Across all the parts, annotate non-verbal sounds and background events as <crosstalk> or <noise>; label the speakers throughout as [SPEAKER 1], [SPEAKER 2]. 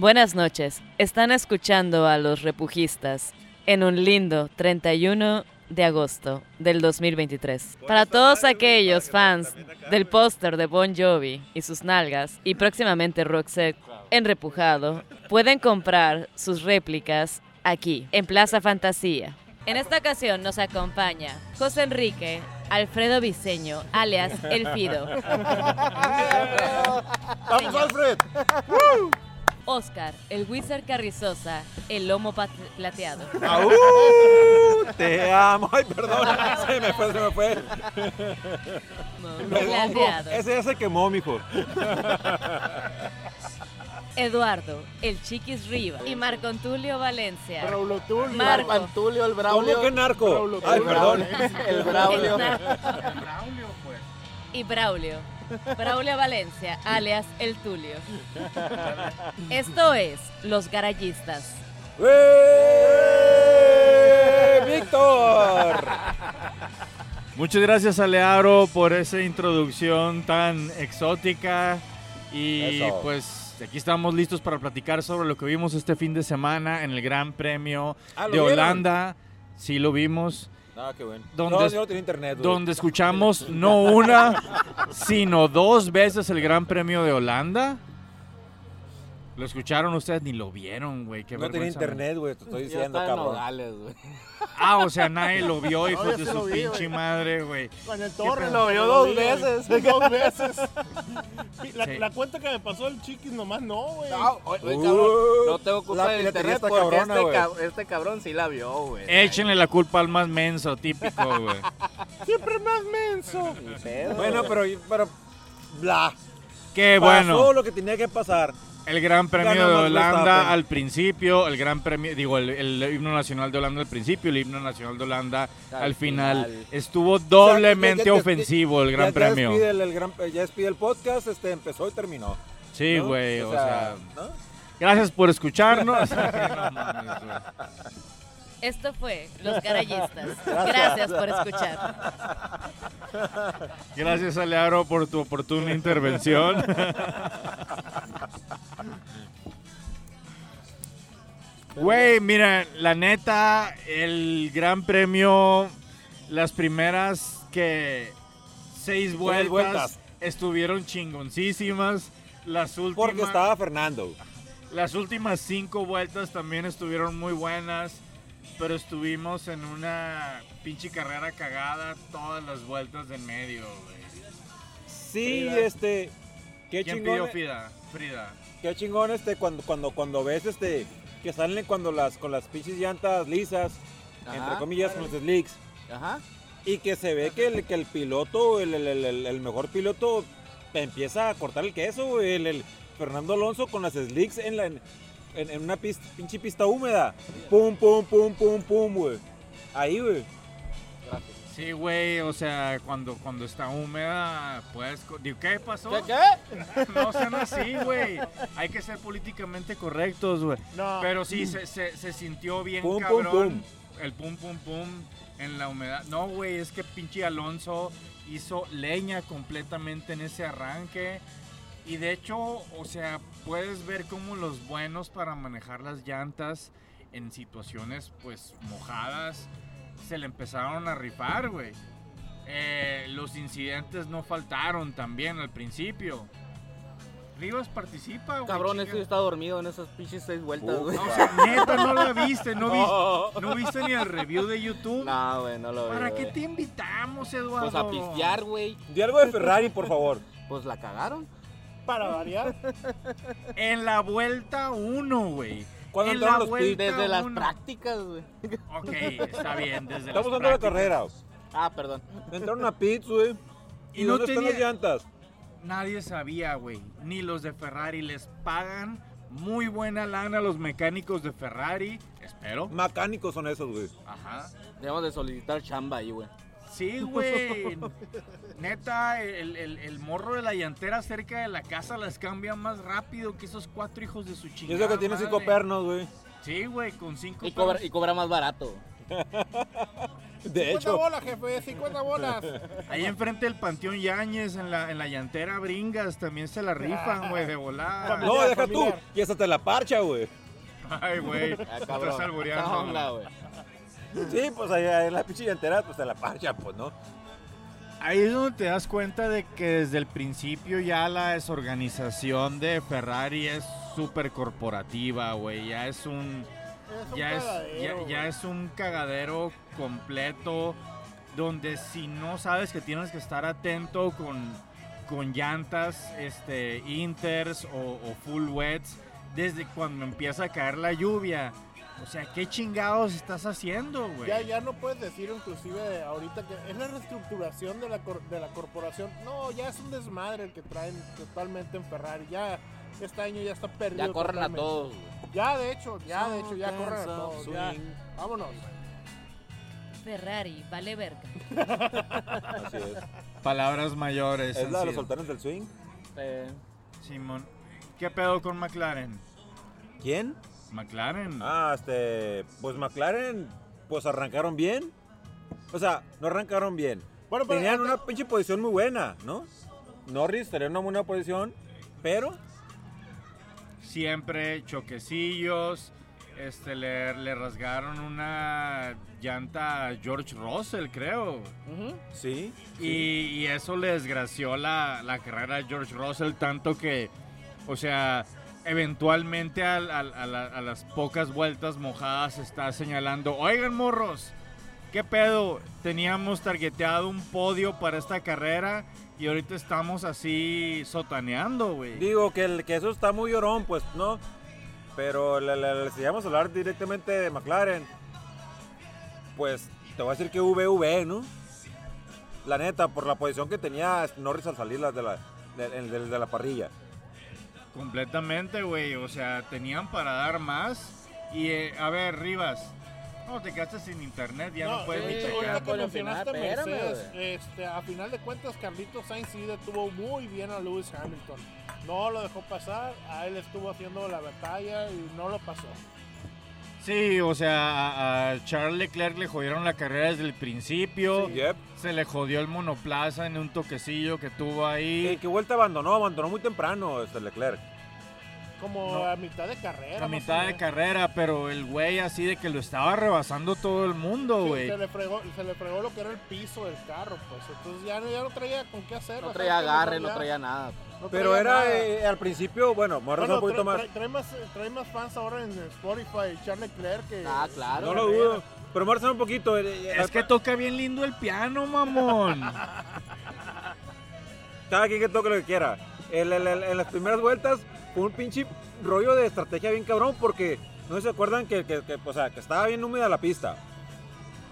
[SPEAKER 1] Buenas noches. Están escuchando a los repujistas en un lindo 31 de agosto del 2023. Para todos aquellos fans del póster de Bon Jovi y sus nalgas y próximamente Roxette en repujado, pueden comprar sus réplicas aquí en Plaza Fantasía. En esta ocasión nos acompaña José Enrique, Alfredo Viseño, alias El Fido.
[SPEAKER 2] ¡Vamos, Alfred!
[SPEAKER 1] Oscar, el Wizard Carrizosa, el lomo pat- plateado.
[SPEAKER 3] ¡Aú! ¡Te amo! ¡Ay, perdón! <laughs> Se me fue, se me fue.
[SPEAKER 1] Plateado.
[SPEAKER 3] Ese ya se quemó, mijo.
[SPEAKER 1] Eduardo, el Chiquis Riva. Y Marco Antulio Valencia.
[SPEAKER 2] Raúl Otulio.
[SPEAKER 1] Marco.
[SPEAKER 2] Antulio, el
[SPEAKER 3] ¿Cómo
[SPEAKER 2] Braulio.
[SPEAKER 3] que narco?
[SPEAKER 2] Braulio.
[SPEAKER 3] ¡Ay,
[SPEAKER 2] El
[SPEAKER 3] perdón!
[SPEAKER 2] Braulio. El
[SPEAKER 1] El
[SPEAKER 2] Braulio.
[SPEAKER 1] narco. Y Braulio. Braulio Valencia, alias El Tulio. Esto es Los Garayistas.
[SPEAKER 3] <laughs> ¡Eh, ¡Víctor!
[SPEAKER 4] Muchas gracias Alearo por esa introducción tan exótica y
[SPEAKER 2] Eso.
[SPEAKER 4] pues aquí estamos listos para platicar sobre lo que vimos este fin de semana en el Gran Premio
[SPEAKER 3] Ah, ¿lo
[SPEAKER 4] de
[SPEAKER 3] vieron?
[SPEAKER 4] Holanda. Sí lo vimos,
[SPEAKER 3] Ah, qué bueno.
[SPEAKER 4] ¿Dónde
[SPEAKER 3] no,
[SPEAKER 4] es-
[SPEAKER 3] yo no tenía internet. güey.
[SPEAKER 4] donde escuchamos no una, sino dos veces el Gran Premio de Holanda. Lo escucharon ustedes ni lo vieron, güey. qué
[SPEAKER 3] No tenía
[SPEAKER 4] vergüenza, güey.
[SPEAKER 3] internet, güey. Te estoy
[SPEAKER 2] Ya
[SPEAKER 3] diciendo,
[SPEAKER 2] está en
[SPEAKER 3] cabrón.
[SPEAKER 2] Nogales, <laughs> güey.
[SPEAKER 4] Ah, o sea, nadie
[SPEAKER 3] <laughs>
[SPEAKER 4] lo vio, hijos
[SPEAKER 5] No, yo
[SPEAKER 4] de
[SPEAKER 5] sí
[SPEAKER 4] su
[SPEAKER 5] lo vi,
[SPEAKER 4] pinche
[SPEAKER 3] eh.
[SPEAKER 5] güey.
[SPEAKER 4] madre, güey.
[SPEAKER 5] Con el
[SPEAKER 4] pedo?
[SPEAKER 5] torre.
[SPEAKER 2] Lo veo dos <laughs> veces.
[SPEAKER 5] Dos veces. La,
[SPEAKER 4] Sí.
[SPEAKER 5] la cuenta que me pasó el chiquis nomás no, güey.
[SPEAKER 2] No, oye,
[SPEAKER 3] <laughs>
[SPEAKER 2] oye,
[SPEAKER 3] Uh,
[SPEAKER 2] cabrón, no tengo
[SPEAKER 3] la
[SPEAKER 2] culpa del
[SPEAKER 3] piratería
[SPEAKER 2] internet
[SPEAKER 3] está
[SPEAKER 2] porque
[SPEAKER 3] cabrona,
[SPEAKER 2] este,
[SPEAKER 3] güey.
[SPEAKER 2] cab- este cabrón sí la vio, güey.
[SPEAKER 4] Échenle la culpa al más menso, típico, güey.
[SPEAKER 5] Siempre más menso.
[SPEAKER 3] Bueno, pero... pero bla.
[SPEAKER 4] Qué
[SPEAKER 3] Pasó
[SPEAKER 4] bueno.
[SPEAKER 3] lo que tenía que pasar.
[SPEAKER 4] El Gran Premio
[SPEAKER 3] Ganó
[SPEAKER 4] de
[SPEAKER 3] Max Verstappen.
[SPEAKER 4] Holanda al principio, el Gran Premio, digo, el, el himno nacional de Holanda al principio, el himno nacional de Holanda
[SPEAKER 3] Al
[SPEAKER 4] al, final.
[SPEAKER 3] final.
[SPEAKER 4] Estuvo
[SPEAKER 3] O sea,
[SPEAKER 4] doblemente
[SPEAKER 3] ya- ya- ya-
[SPEAKER 4] ofensivo el
[SPEAKER 3] ya-
[SPEAKER 4] Gran
[SPEAKER 3] ya
[SPEAKER 4] Premio.
[SPEAKER 3] despide el- el gran- ya despide el podcast, este, empezó y terminó.
[SPEAKER 4] Sí,
[SPEAKER 3] ¿no?
[SPEAKER 4] güey, o, sea,
[SPEAKER 3] ¿no?
[SPEAKER 4] gracias por
[SPEAKER 3] <laughs>
[SPEAKER 4] escucharnos. No mames, güey.
[SPEAKER 1] Esto fue Los Garayistas. Gracias por escuchar.
[SPEAKER 4] gracias, Alearo, por tu oportuna intervención. Güey, mira, la neta, el gran premio, las primeras que seis vueltas,
[SPEAKER 3] vueltas.
[SPEAKER 4] estuvieron chingoncísimas. Las últimas,
[SPEAKER 3] Porque estaba Fernando.
[SPEAKER 4] las últimas cinco vueltas también estuvieron muy buenas, pero estuvimos en una pinche carrera cagada todas las vueltas de en medio, güey.
[SPEAKER 3] Sí,
[SPEAKER 4] Frida.
[SPEAKER 3] este. Qué
[SPEAKER 4] ¿Quién
[SPEAKER 3] chingón. eh.
[SPEAKER 4] pidió Frida? Frida.
[SPEAKER 3] Qué chingón este cuando cuando cuando ves este que salen cuando las con las pinches llantas lisas,
[SPEAKER 2] Ajá.
[SPEAKER 3] entre comillas, con los slicks
[SPEAKER 2] Ajá.
[SPEAKER 3] y que se ve que el, que el piloto, el, el- el- el mejor piloto empieza a cortar el queso, güey, el, el Fernando Alonso con las slicks en la en, en- en una pista, pinche pista húmeda. Pum pum pum pum pum, güey. Ahí, güey.
[SPEAKER 4] Sí, güey, o sea, cuando, cuando está húmeda, puedes... co- Digo, ¿Qué pasó?
[SPEAKER 2] ¿Qué,
[SPEAKER 4] <laughs> No sean así, güey. Hay que ser políticamente correctos, güey.
[SPEAKER 5] No.
[SPEAKER 4] Pero sí, se, se- se sintió bien
[SPEAKER 3] Pum, pum,
[SPEAKER 4] cabrón
[SPEAKER 3] pum.
[SPEAKER 4] el pum pum pum en la humedad. No, güey, es que pinche Alonso hizo leña completamente en ese arranque. Y de hecho, o sea, puedes ver cómo los buenos para manejar las llantas en situaciones pues mojadas se le empezaron a rifar, güey. Eh, los incidentes no faltaron también al principio. Rivas participa, güey.
[SPEAKER 2] Cabrón,
[SPEAKER 4] chinga.
[SPEAKER 2] este está dormido en esas pinches seis vueltas,
[SPEAKER 3] Uh,
[SPEAKER 2] güey.
[SPEAKER 4] No, o sea, neta, no la viste, no viste,
[SPEAKER 3] No.
[SPEAKER 4] no viste ni el review de YouTube.
[SPEAKER 2] No, güey, no lo veo.
[SPEAKER 4] ¿Para qué te invitamos, Eduardo?
[SPEAKER 2] Pues a pistear, güey.
[SPEAKER 3] Di algo de Ferrari, por
[SPEAKER 4] <laughs>
[SPEAKER 3] favor.
[SPEAKER 2] Pues la cagaron.
[SPEAKER 5] Para variar.
[SPEAKER 4] En la vuelta 1, güey.
[SPEAKER 3] Cuando
[SPEAKER 4] En
[SPEAKER 3] entraron
[SPEAKER 4] la
[SPEAKER 3] los pits.
[SPEAKER 4] vuelta-
[SPEAKER 2] Desde las
[SPEAKER 4] uno.
[SPEAKER 2] prácticas, güey.
[SPEAKER 4] Ok, está
[SPEAKER 3] <laughs>
[SPEAKER 4] bien, desde
[SPEAKER 3] Estamos
[SPEAKER 4] las
[SPEAKER 3] dando la
[SPEAKER 4] prácticas.
[SPEAKER 3] carrera.
[SPEAKER 2] Ah, perdón.
[SPEAKER 3] Entraron a pits, güey. ¿Y,
[SPEAKER 4] Y no
[SPEAKER 3] dónde están las
[SPEAKER 4] tenía-
[SPEAKER 3] llantas?
[SPEAKER 4] Nadie sabía, güey. Ni los de Ferrari les pagan muy buena lana a los mecánicos de Ferrari. Espero.
[SPEAKER 3] Mecánicos son esos, güey.
[SPEAKER 4] Ajá.
[SPEAKER 2] Debemos de solicitar chamba ahí, güey.
[SPEAKER 4] Sí, güey. Neta, el, el- el morro de la llantera cerca de la casa las cambia más rápido que esos cuatro hijos de su
[SPEAKER 3] Y
[SPEAKER 4] chingada.
[SPEAKER 3] eso que tiene cinco
[SPEAKER 4] madre.
[SPEAKER 3] pernos, güey.
[SPEAKER 4] Sí, güey, con cinco
[SPEAKER 2] Y cobra,
[SPEAKER 4] pesos.
[SPEAKER 2] y cobra más barato.
[SPEAKER 3] De
[SPEAKER 5] 50
[SPEAKER 3] hecho,
[SPEAKER 5] bolas, jefe,
[SPEAKER 2] <laughs>
[SPEAKER 5] 50 bolas.
[SPEAKER 4] Ahí enfrente del Panteón Yáñez, en la, en la llantera Bringas, también se la rifan, güey, de volada.
[SPEAKER 3] no,
[SPEAKER 5] familiar,
[SPEAKER 3] deja tú.
[SPEAKER 5] familiar.
[SPEAKER 3] Y hasta te la parcha, güey.
[SPEAKER 4] Ay, güey. te
[SPEAKER 2] Ah,
[SPEAKER 4] Estás
[SPEAKER 2] cabrón. Esa
[SPEAKER 4] albureando.
[SPEAKER 2] onda, güey.
[SPEAKER 3] Sí, pues allá en la pinche entera, pues te la parcha, pues, ¿no?
[SPEAKER 4] Ahí es donde te das cuenta de que desde el principio ya la desorganización de Ferrari es súper corporativa, güey. Ya es un.
[SPEAKER 5] Es un
[SPEAKER 4] ya, es, ya-
[SPEAKER 5] cagadero,
[SPEAKER 4] ya
[SPEAKER 5] güey.
[SPEAKER 4] es un cagadero completo donde si no sabes que tienes que estar atento con, con llantas este, inters o, o full wets desde cuando empieza a caer la lluvia. O sea, ¿qué chingados estás haciendo, güey?
[SPEAKER 5] Ya, ya no puedes decir inclusive ahorita que es la reestructuración de la, cor- de la corporación. No, ya es un desmadre el que traen totalmente en Ferrari. Ya este año ya está perdido.
[SPEAKER 2] Ya corren a
[SPEAKER 5] totalmente.
[SPEAKER 2] todos, güey.
[SPEAKER 5] Ya de hecho, ya Ah, de hecho, ya corren a todos. ya.
[SPEAKER 2] Swing.
[SPEAKER 5] Vámonos.
[SPEAKER 1] Ferrari, vale verga.
[SPEAKER 3] Así es.
[SPEAKER 4] Palabras mayores.
[SPEAKER 3] Es
[SPEAKER 4] han
[SPEAKER 3] la de los
[SPEAKER 4] sido.
[SPEAKER 3] sultanes del swing.
[SPEAKER 2] Eh,
[SPEAKER 4] Simón, ¿qué pedo con McLaren?
[SPEAKER 3] ¿Quién?
[SPEAKER 4] McLaren.
[SPEAKER 3] Ah, este. Pues McLaren, pues arrancaron bien. O sea, no arrancaron bien.
[SPEAKER 5] Bueno, pero
[SPEAKER 3] Tenían
[SPEAKER 5] antes-
[SPEAKER 3] una pinche posición muy buena, ¿no? Norris tenía una buena posición, pero
[SPEAKER 4] Siempre choquecillos. Este, le, le rasgaron una llanta a George Russell, creo.
[SPEAKER 2] ujú.
[SPEAKER 3] sí.
[SPEAKER 4] Y, y eso le desgració la, la carrera a George Russell tanto que, o sea, eventualmente al- al- a, la- a las pocas vueltas mojadas está señalando, oigan morros, ¿qué pedo? Teníamos targeteado un podio para esta carrera y ahorita estamos así sotaneando, güey.
[SPEAKER 3] Digo que, el, que eso está muy llorón, pues, ¿no? Pero la- la- la- si vamos a hablar directamente de McLaren, pues te voy a decir que VV, ¿no? La neta, por la posición que tenía Norris al salir la- de la, de- de- de la parrilla.
[SPEAKER 4] Completamente, güey. O sea, tenían para dar más. Y, eh, a ver, Rivas, no, te quedaste sin internet, ya no, puedes
[SPEAKER 5] sí,
[SPEAKER 4] ni
[SPEAKER 2] ahorita
[SPEAKER 5] eh, ahorita
[SPEAKER 4] checar.
[SPEAKER 5] que
[SPEAKER 2] Puedo
[SPEAKER 5] mencionaste a
[SPEAKER 2] opinar, espérame,
[SPEAKER 5] Mercedes, este, a final de cuentas Carlitos Sainz sí detuvo muy bien a Lewis Hamilton. No lo dejó pasar, a él estuvo haciendo la batalla y no lo pasó.
[SPEAKER 4] Sí, o sea, a, a Charles Leclerc le jodieron la carrera desde el principio.
[SPEAKER 3] Yep.
[SPEAKER 4] Se le jodió el monoplaza en un toquecillo que tuvo
[SPEAKER 3] ¿Y
[SPEAKER 4] ahí.
[SPEAKER 3] Eh, qué vuelta abandonó? Abandonó muy temprano este Leclerc.
[SPEAKER 5] Como
[SPEAKER 4] No.
[SPEAKER 5] a mitad de carrera.
[SPEAKER 4] A
[SPEAKER 5] más o
[SPEAKER 4] mitad de
[SPEAKER 5] menos.
[SPEAKER 4] carrera, pero el güey así de que lo estaba rebasando todo el mundo,
[SPEAKER 5] Sí,
[SPEAKER 4] güey.
[SPEAKER 5] se, le fregó, se le fregó lo que era el piso del carro, pues. Entonces ya, no- ya no traía con qué hacer.
[SPEAKER 2] No
[SPEAKER 5] o sea,
[SPEAKER 2] traía
[SPEAKER 5] es que
[SPEAKER 2] agarre, no traía nada.
[SPEAKER 5] no
[SPEAKER 3] Pero
[SPEAKER 5] traía
[SPEAKER 3] era
[SPEAKER 5] nada.
[SPEAKER 3] eh, al principio, bueno, más
[SPEAKER 5] Bueno,
[SPEAKER 3] un poquito
[SPEAKER 5] tra-
[SPEAKER 3] más.
[SPEAKER 5] tra- trae más. Trae más fans ahora en Spotify, Charles Leclerc que.
[SPEAKER 2] Ah, claro.
[SPEAKER 3] No lo dudo. Pero más un poquito. eh, eh,
[SPEAKER 4] Es que toca bien lindo el piano,
[SPEAKER 5] <laughs>
[SPEAKER 4] mamón.
[SPEAKER 3] Cada quien que toque lo que quiera. El- el- el- en las primeras vueltas fue un pinche rollo de estrategia bien cabrón porque no se acuerdan que, que- que, o sea, que estaba bien húmeda la pista.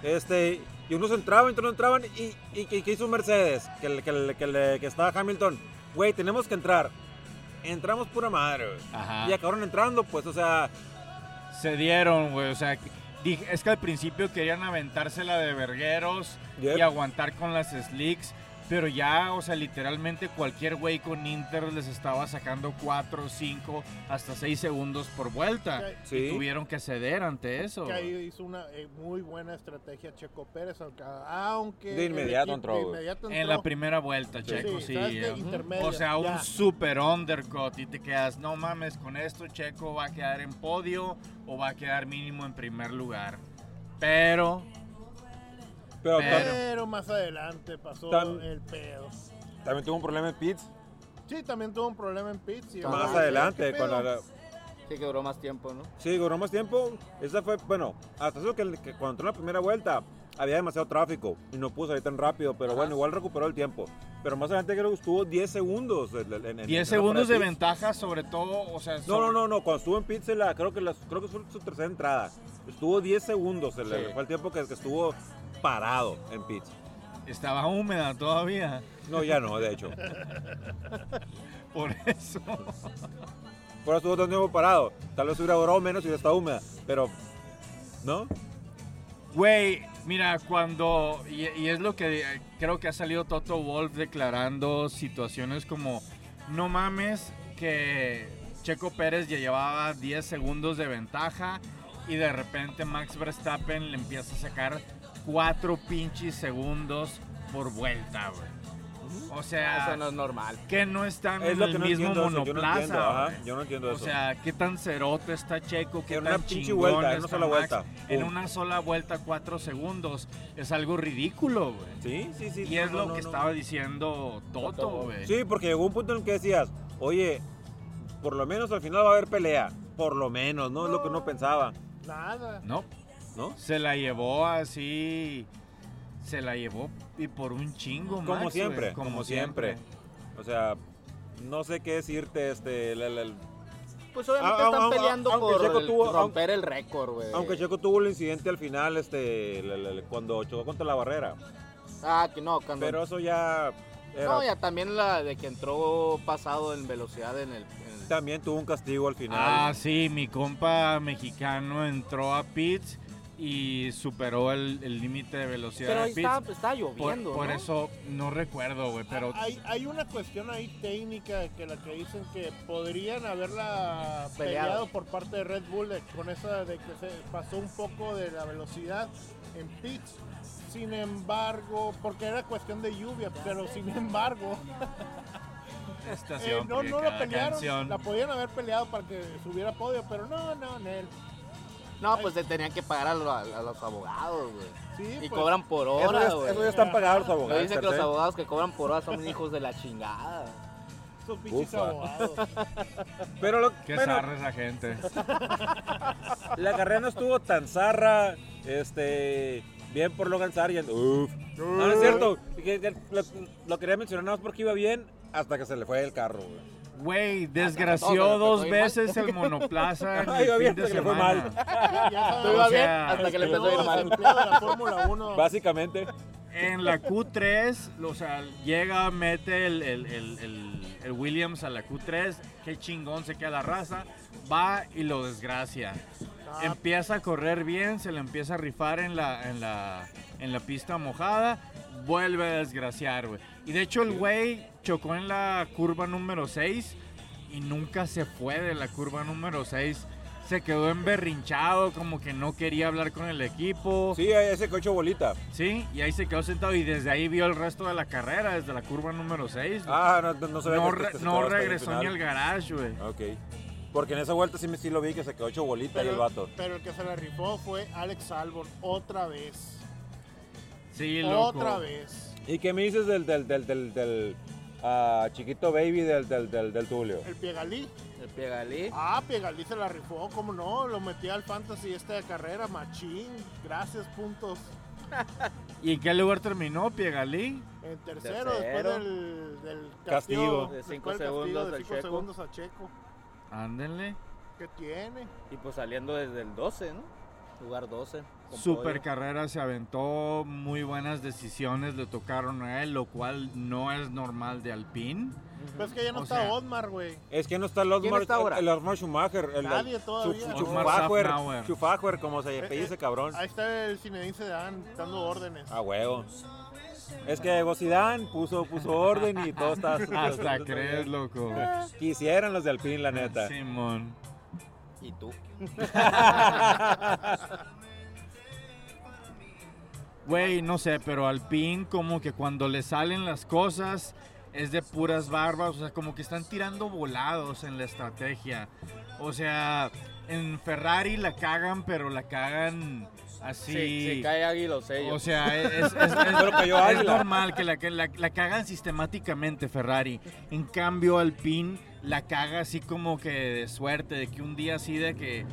[SPEAKER 3] Este, y unos entraban, otros no entraban. ¿Y, y, que que hizo Mercedes? Que, le- que, le- que, le- que estaba Hamilton. Güey, tenemos que entrar. Entramos pura madre. güey.
[SPEAKER 4] Ajá.
[SPEAKER 3] Y acabaron entrando, pues, o sea,
[SPEAKER 4] Se dieron, güey. O sea, dije- es que al principio querían aventársela de vergueros
[SPEAKER 3] Yep.
[SPEAKER 4] y aguantar con las slicks. Pero ya, o sea, literalmente cualquier güey con Inter les estaba sacando 4, 5, hasta 6 segundos por vuelta.
[SPEAKER 5] que-
[SPEAKER 3] sí.
[SPEAKER 4] Tuvieron que ceder ante eso.
[SPEAKER 5] que ahí hizo una eh, muy buena estrategia Checo Pérez, aunque- aunque...
[SPEAKER 3] De
[SPEAKER 5] el
[SPEAKER 3] inmediato
[SPEAKER 5] equipo-
[SPEAKER 3] entró,
[SPEAKER 5] de
[SPEAKER 3] güey.
[SPEAKER 5] inmediato
[SPEAKER 4] En la
[SPEAKER 5] entró.
[SPEAKER 4] primera vuelta, Checo, sí.
[SPEAKER 5] ¿sabes qué?
[SPEAKER 4] eh.
[SPEAKER 5] Intermedia,
[SPEAKER 4] O sea, un
[SPEAKER 5] ya.
[SPEAKER 4] super undercut y te quedas, no mames, con esto Checo va a quedar en podio o va a quedar mínimo en primer lugar. Pero
[SPEAKER 3] Pero, tam-
[SPEAKER 4] Pero-
[SPEAKER 5] Pero más adelante pasó
[SPEAKER 3] Tan-
[SPEAKER 5] el pedo.
[SPEAKER 3] también tuvo un problema en pits.
[SPEAKER 5] Sí, también tuvo un problema en pits. y-
[SPEAKER 3] Más
[SPEAKER 2] Ah,
[SPEAKER 3] adelante,
[SPEAKER 5] ¿qué
[SPEAKER 3] con la-
[SPEAKER 5] pedo?
[SPEAKER 3] la,
[SPEAKER 2] Sí que duró más tiempo, ¿no?
[SPEAKER 3] Sí, duró más tiempo. Esa fue, bueno, hasta eso que, que cuando entró en la primera vuelta había demasiado tráfico y no pudo salir tan rápido, pero
[SPEAKER 2] Ajá.
[SPEAKER 3] bueno, igual recuperó el tiempo. Pero más adelante creo que estuvo 10 segundos. en- en- en- en
[SPEAKER 4] 10
[SPEAKER 3] la
[SPEAKER 4] segundos de
[SPEAKER 3] parada pits.
[SPEAKER 4] ventaja, sobre todo, o sea,
[SPEAKER 3] No,
[SPEAKER 4] sobre-
[SPEAKER 3] no, no, no, cuando estuvo en pits, en la- creo, que las- creo que fue su tercera entrada. Estuvo 10 segundos, el,
[SPEAKER 2] Sí.
[SPEAKER 3] fue el tiempo que, que estuvo parado en pits.
[SPEAKER 4] estaba húmeda todavía. <laughs>
[SPEAKER 3] No, ya no, de hecho.
[SPEAKER 4] Por eso.
[SPEAKER 3] Por eso estuvo todo el tiempo parado. Tal vez hubiera durado menos y hubiera estado húmeda, pero... ¿No?
[SPEAKER 4] Güey, mira, cuando. Y, y es lo que eh, creo que ha salido Toto Wolf declarando situaciones como: no mames, que Checo Pérez ya llevaba 10 segundos de ventaja y de repente Max Verstappen le empieza a sacar cuatro pinches segundos por vuelta, güey. O sea,
[SPEAKER 2] Eso no es normal.
[SPEAKER 4] que no están
[SPEAKER 3] Es
[SPEAKER 4] en
[SPEAKER 3] lo
[SPEAKER 4] el
[SPEAKER 3] que no
[SPEAKER 4] mismo
[SPEAKER 3] entiendo. eso, Yo no
[SPEAKER 4] monoplaza.
[SPEAKER 3] entiendo, ajá,
[SPEAKER 4] güey.
[SPEAKER 3] yo no entiendo
[SPEAKER 4] o
[SPEAKER 3] eso.
[SPEAKER 4] sea, qué tan cerote está Checo, qué
[SPEAKER 3] En
[SPEAKER 4] tan
[SPEAKER 3] una pinche
[SPEAKER 4] chingón
[SPEAKER 3] vuelta, en una
[SPEAKER 4] está
[SPEAKER 3] sola
[SPEAKER 4] Max.
[SPEAKER 3] vuelta.
[SPEAKER 4] En
[SPEAKER 3] Pum.
[SPEAKER 4] una sola vuelta, cuatro segundos. Es algo ridículo, güey.
[SPEAKER 3] sí, sí, sí.
[SPEAKER 4] Y
[SPEAKER 3] no,
[SPEAKER 4] es
[SPEAKER 3] no,
[SPEAKER 4] lo
[SPEAKER 3] no,
[SPEAKER 4] que
[SPEAKER 3] no.
[SPEAKER 4] estaba diciendo Toto,
[SPEAKER 2] Toto,
[SPEAKER 4] güey.
[SPEAKER 3] Sí, porque llegó un punto en el que decías, oye, por lo menos al final va a haber pelea. Por lo menos, ¿no? Es lo que uno pensaba,
[SPEAKER 5] Nada.
[SPEAKER 4] No,
[SPEAKER 3] ¿no?
[SPEAKER 4] se la llevó así. Se la llevó y por un chingo, Max,
[SPEAKER 3] Como
[SPEAKER 4] güey,
[SPEAKER 3] siempre, como, siempre. O sea, no sé qué decirte, este, la- la-
[SPEAKER 4] Eh.
[SPEAKER 2] Pues obviamente
[SPEAKER 3] Ah, ah,
[SPEAKER 2] están
[SPEAKER 3] ah,
[SPEAKER 2] peleando
[SPEAKER 3] aunque
[SPEAKER 2] por
[SPEAKER 3] Checo
[SPEAKER 2] el-
[SPEAKER 3] tuvo-
[SPEAKER 2] romper el récord, güey.
[SPEAKER 3] aunque Checo tuvo el incidente al final, este, la- la- la- cuando chocó contra la barrera,
[SPEAKER 2] Ah, que no, cuando...
[SPEAKER 3] pero eso ya era-
[SPEAKER 2] No, ya también la de que entró pasado en velocidad en el... en el-
[SPEAKER 3] también tuvo un castigo al final.
[SPEAKER 4] Ah, sí, mi compa mexicano entró a pits y superó el el límite de velocidad
[SPEAKER 2] Pero
[SPEAKER 4] de
[SPEAKER 2] ahí
[SPEAKER 4] pits.
[SPEAKER 2] estaba, pues, estaba
[SPEAKER 4] por,
[SPEAKER 2] lloviendo,
[SPEAKER 4] por
[SPEAKER 2] ¿no?
[SPEAKER 4] eso no recuerdo, güey, pero
[SPEAKER 5] Ah, Hay, hay una cuestión ahí técnica que la que dicen que podrían haberla
[SPEAKER 2] Peleado.
[SPEAKER 5] peleado por parte de Red Bull de- con esa de que se pasó un poco de la velocidad en pits. Sin embargo, porque era cuestión de lluvia, pero sin embargo, eh,
[SPEAKER 4] estación
[SPEAKER 5] no, no la
[SPEAKER 4] cada
[SPEAKER 5] pelearon.
[SPEAKER 4] canción.
[SPEAKER 5] La podían haber peleado para que subiera podio, pero no, no, Nel.
[SPEAKER 2] No, pues le tenían que pagar a, lo- a los abogados, güey.
[SPEAKER 5] Sí,
[SPEAKER 2] Y
[SPEAKER 5] pues,
[SPEAKER 2] cobran por
[SPEAKER 3] Eso ya-
[SPEAKER 2] hora,
[SPEAKER 3] eso,
[SPEAKER 2] güey.
[SPEAKER 3] ya, están pagados los
[SPEAKER 2] Pero
[SPEAKER 3] abogados.
[SPEAKER 2] dicen que los
[SPEAKER 3] ¿eh?
[SPEAKER 2] abogados que cobran por hora son <laughs> hijos de la chingada.
[SPEAKER 5] esos pinches
[SPEAKER 3] Ufa.
[SPEAKER 2] <laughs>
[SPEAKER 5] abogados.
[SPEAKER 3] Pero lo-
[SPEAKER 4] Qué
[SPEAKER 3] bueno,
[SPEAKER 4] zarra esa
[SPEAKER 5] <laughs>
[SPEAKER 4] gente.
[SPEAKER 3] la carrera no estuvo tan zarra, este, bien por Logan Sargent, uf. No, no es cierto. que- que Lo, lo quería mencionar nada más porque iba bien hasta que se le fue el carro, güey. Ah,
[SPEAKER 4] Güey,
[SPEAKER 2] todo,
[SPEAKER 4] desgració
[SPEAKER 2] pero
[SPEAKER 4] dos
[SPEAKER 2] fue mal.
[SPEAKER 4] veces el monoplaza
[SPEAKER 3] <laughs>
[SPEAKER 4] en
[SPEAKER 3] Ay,
[SPEAKER 4] el
[SPEAKER 3] va
[SPEAKER 4] fin
[SPEAKER 3] bien,
[SPEAKER 4] de
[SPEAKER 3] que le fue
[SPEAKER 4] semana.
[SPEAKER 5] Ya sabes,
[SPEAKER 2] Todo iba
[SPEAKER 4] o
[SPEAKER 2] bien
[SPEAKER 4] sea,
[SPEAKER 2] hasta que le
[SPEAKER 5] el
[SPEAKER 2] empezó a ir
[SPEAKER 5] nuevo
[SPEAKER 2] mal.
[SPEAKER 5] desempleo de la Fórmula 1.
[SPEAKER 3] Básicamente.
[SPEAKER 4] En la Q3, o sea, llega, mete el, el- el- el- el Williams a la Q3, qué chingón se queda la raza, va y lo desgracia.
[SPEAKER 5] Ah,
[SPEAKER 4] Empieza a correr bien, se le empieza a rifar en la, en la, en la pista mojada, vuelve a desgraciar, güey. Y de hecho el güey chocó en la curva número 6 y nunca se fue de la curva número 6. Se quedó emberrinchado, como que no quería hablar con el equipo.
[SPEAKER 3] Sí, ese coche bolita.
[SPEAKER 4] Sí, y ahí se quedó sentado y desde ahí vio el resto de la carrera, desde la curva número 6.
[SPEAKER 3] Ah, no, no, no se ve que-
[SPEAKER 4] no re-
[SPEAKER 3] que se
[SPEAKER 4] no
[SPEAKER 3] quedó hasta ahí al
[SPEAKER 4] regresó ni
[SPEAKER 3] final.
[SPEAKER 4] al garage, güey.
[SPEAKER 3] Ok. Porque en esa vuelta sí, me- sí lo vi que se quedó hecho bolita y el vato.
[SPEAKER 5] pero el que se la rifó fue Alex Albon, otra vez.
[SPEAKER 4] Sí, loco.
[SPEAKER 5] Otra vez.
[SPEAKER 3] ¿Y qué me dices del, del, del, del, del, ah, chiquito baby del, del, del, del Tulio?
[SPEAKER 5] El Piegalí.
[SPEAKER 2] El Piegalí.
[SPEAKER 5] Ah, Piegalí se la rifó, cómo no. Lo metí al fantasy esta de carrera, machín. Gracias, puntos.
[SPEAKER 4] ¿Y en qué lugar terminó, Piegalí?
[SPEAKER 5] En tercero, después
[SPEAKER 2] Tercero.
[SPEAKER 5] del, del
[SPEAKER 3] Castigo.
[SPEAKER 5] castigo.
[SPEAKER 2] De
[SPEAKER 5] después
[SPEAKER 2] cinco
[SPEAKER 5] del castigo
[SPEAKER 2] segundos
[SPEAKER 5] de
[SPEAKER 2] al
[SPEAKER 5] cinco
[SPEAKER 2] Checo.
[SPEAKER 5] segundos a Checo.
[SPEAKER 4] Ándenle.
[SPEAKER 5] ¿Qué tiene?
[SPEAKER 2] Y pues saliendo desde el 12, ¿no? Lugar 12. con
[SPEAKER 4] Super
[SPEAKER 2] podio.
[SPEAKER 4] carrera, se aventó, muy buenas decisiones le tocaron a él, lo cual no es normal
[SPEAKER 3] <laughs>
[SPEAKER 4] de Alpine.
[SPEAKER 5] Pues que ya no
[SPEAKER 4] O
[SPEAKER 5] está
[SPEAKER 4] sea,
[SPEAKER 5] Otmar, güey.
[SPEAKER 3] Es que no está el Osmar,
[SPEAKER 2] está ahora?
[SPEAKER 3] el Osmar Schumacher. El,
[SPEAKER 5] Nadie
[SPEAKER 3] el,
[SPEAKER 5] todavía.
[SPEAKER 4] su- Otmar Safnauer.
[SPEAKER 3] Schufacher, Schufacher, como se apellida ese cabrón.
[SPEAKER 5] Ahí está el Zinedine Zidane dando órdenes.
[SPEAKER 3] A huevo. Es que llegó Zidane, puso, puso orden y todo está...
[SPEAKER 4] <laughs> Hasta crees, loco.
[SPEAKER 3] Quisieran los de Alpine, la neta.
[SPEAKER 4] Simón.
[SPEAKER 2] ¿Y tú?
[SPEAKER 4] Güey, no sé, pero Alpine como que cuando le salen las cosas es de puras barbas, o sea, como que están tirando volados en la estrategia. O sea, en Ferrari la cagan, pero la cagan así.
[SPEAKER 2] cae Águila
[SPEAKER 4] O sea, es, es- es- es-
[SPEAKER 3] Pero cayó
[SPEAKER 4] es
[SPEAKER 3] águila.
[SPEAKER 4] normal que la, que la- la cagan sistemáticamente Ferrari. En cambio, Alpine la caga así como que de suerte, de que un día así de que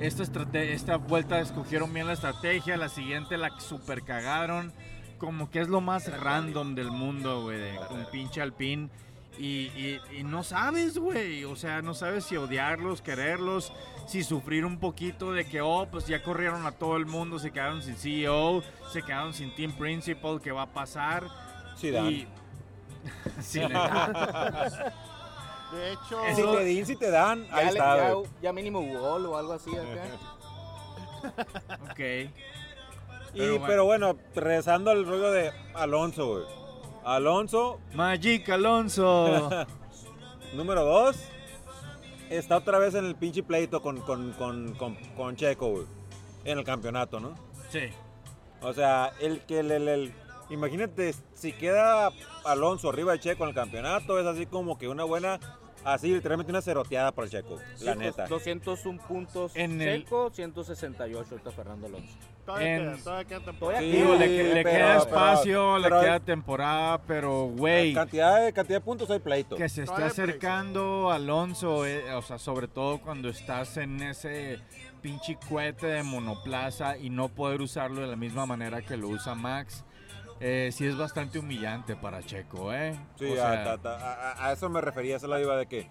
[SPEAKER 4] esta, estrate- esta vuelta escogieron bien la estrategia, la siguiente la super cagaron. Como que es lo más random del mundo, güey, de- con pinche Alpine. Y, y- y no sabes, güey. O sea, no sabes si odiarlos, quererlos, si sufrir un poquito de que, oh, pues ya corrieron a todo el mundo, se quedaron sin CEO, se quedaron sin Team Principal, ¿qué va a pasar?
[SPEAKER 3] Zidane.
[SPEAKER 4] Y... <laughs> Sí, neta.
[SPEAKER 5] De hecho,
[SPEAKER 3] Si te din, si te dan,
[SPEAKER 2] Ya,
[SPEAKER 3] ahí
[SPEAKER 2] le-
[SPEAKER 3] está,
[SPEAKER 2] ya-
[SPEAKER 3] güey.
[SPEAKER 2] ya mínimo gol o algo así acá.
[SPEAKER 4] ok.
[SPEAKER 3] Y,
[SPEAKER 4] pero
[SPEAKER 3] pero,
[SPEAKER 4] bueno.
[SPEAKER 3] bueno, regresando al rollo de Alonso, güey. Alonso,
[SPEAKER 4] Magic Alonso.
[SPEAKER 3] número 2, está otra vez en el pinche pleito con, con, con, con, con Checo, güey. En el campeonato, ¿no?
[SPEAKER 4] Sí.
[SPEAKER 3] O sea, el que el, el- el- imagínate, si queda Alonso arriba de Checo en el campeonato, es así como que una buena, así literalmente una ceroteada para el Checo, la
[SPEAKER 2] pues,
[SPEAKER 3] neta.
[SPEAKER 2] 201 puntos
[SPEAKER 4] En el-
[SPEAKER 2] Checo, 168 está Fernando Alonso.
[SPEAKER 5] Todavía
[SPEAKER 4] En-
[SPEAKER 5] queda, todavía queda
[SPEAKER 2] Todavía
[SPEAKER 5] temporada.
[SPEAKER 2] Sí,
[SPEAKER 4] Digo, le,
[SPEAKER 3] pero-
[SPEAKER 4] le queda
[SPEAKER 3] pero-
[SPEAKER 4] espacio,
[SPEAKER 3] pero-
[SPEAKER 4] le queda temporada, pero güey,
[SPEAKER 3] Cantidad de, cantidad de puntos hay pleito.
[SPEAKER 4] que se esté
[SPEAKER 5] Todavía por ahí.
[SPEAKER 4] acercando Alonso, eh, o sea, sobre todo cuando estás en ese pinche cohete de monoplaza y no poder usarlo de la misma manera que lo usa Max, eh, sí es bastante humillante para Checo, ¿eh?
[SPEAKER 3] Sí,
[SPEAKER 4] O
[SPEAKER 3] a,
[SPEAKER 4] sea,
[SPEAKER 3] ta- ta- a- a- a eso me refería, esa es la iba de que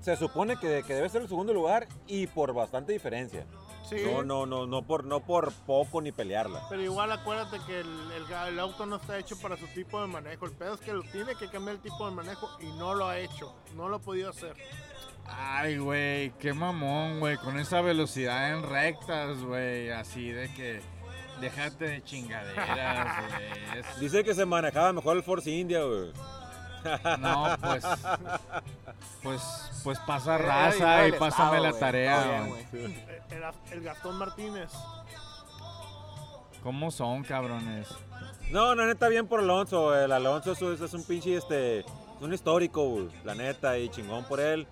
[SPEAKER 3] se supone que, que debe ser el segundo lugar y por bastante diferencia.
[SPEAKER 5] Sí,
[SPEAKER 3] No, no, no, no por, no por poco ni pelearla.
[SPEAKER 5] Pero igual acuérdate que el, el ga- el auto no está hecho para su tipo de manejo. El pedo es que lo tiene que cambiar el tipo de manejo y no lo ha hecho. No lo ha podido hacer.
[SPEAKER 4] Ay, güey, qué mamón, güey, con esa velocidad en rectas, güey, así de que déjate
[SPEAKER 3] <laughs>
[SPEAKER 4] de chingaderas, güey. es-
[SPEAKER 3] Dice que se manejaba mejor el Force India, güey.
[SPEAKER 4] No, pues. Pues, pues pasa
[SPEAKER 2] Era
[SPEAKER 4] raza
[SPEAKER 2] Eh, igual
[SPEAKER 4] y
[SPEAKER 2] el
[SPEAKER 4] pásame
[SPEAKER 2] estado,
[SPEAKER 4] la
[SPEAKER 2] güey.
[SPEAKER 4] tarea.
[SPEAKER 3] Ah,
[SPEAKER 2] Está bien,
[SPEAKER 4] güey.
[SPEAKER 2] güey.
[SPEAKER 5] El, E, el Gastón Martínez.
[SPEAKER 4] ¿Cómo son, cabrones?
[SPEAKER 3] No, no, neta, bien por Alonso. El Alonso es, es un pinche, este, un histórico, güey, la neta, y chingón por él.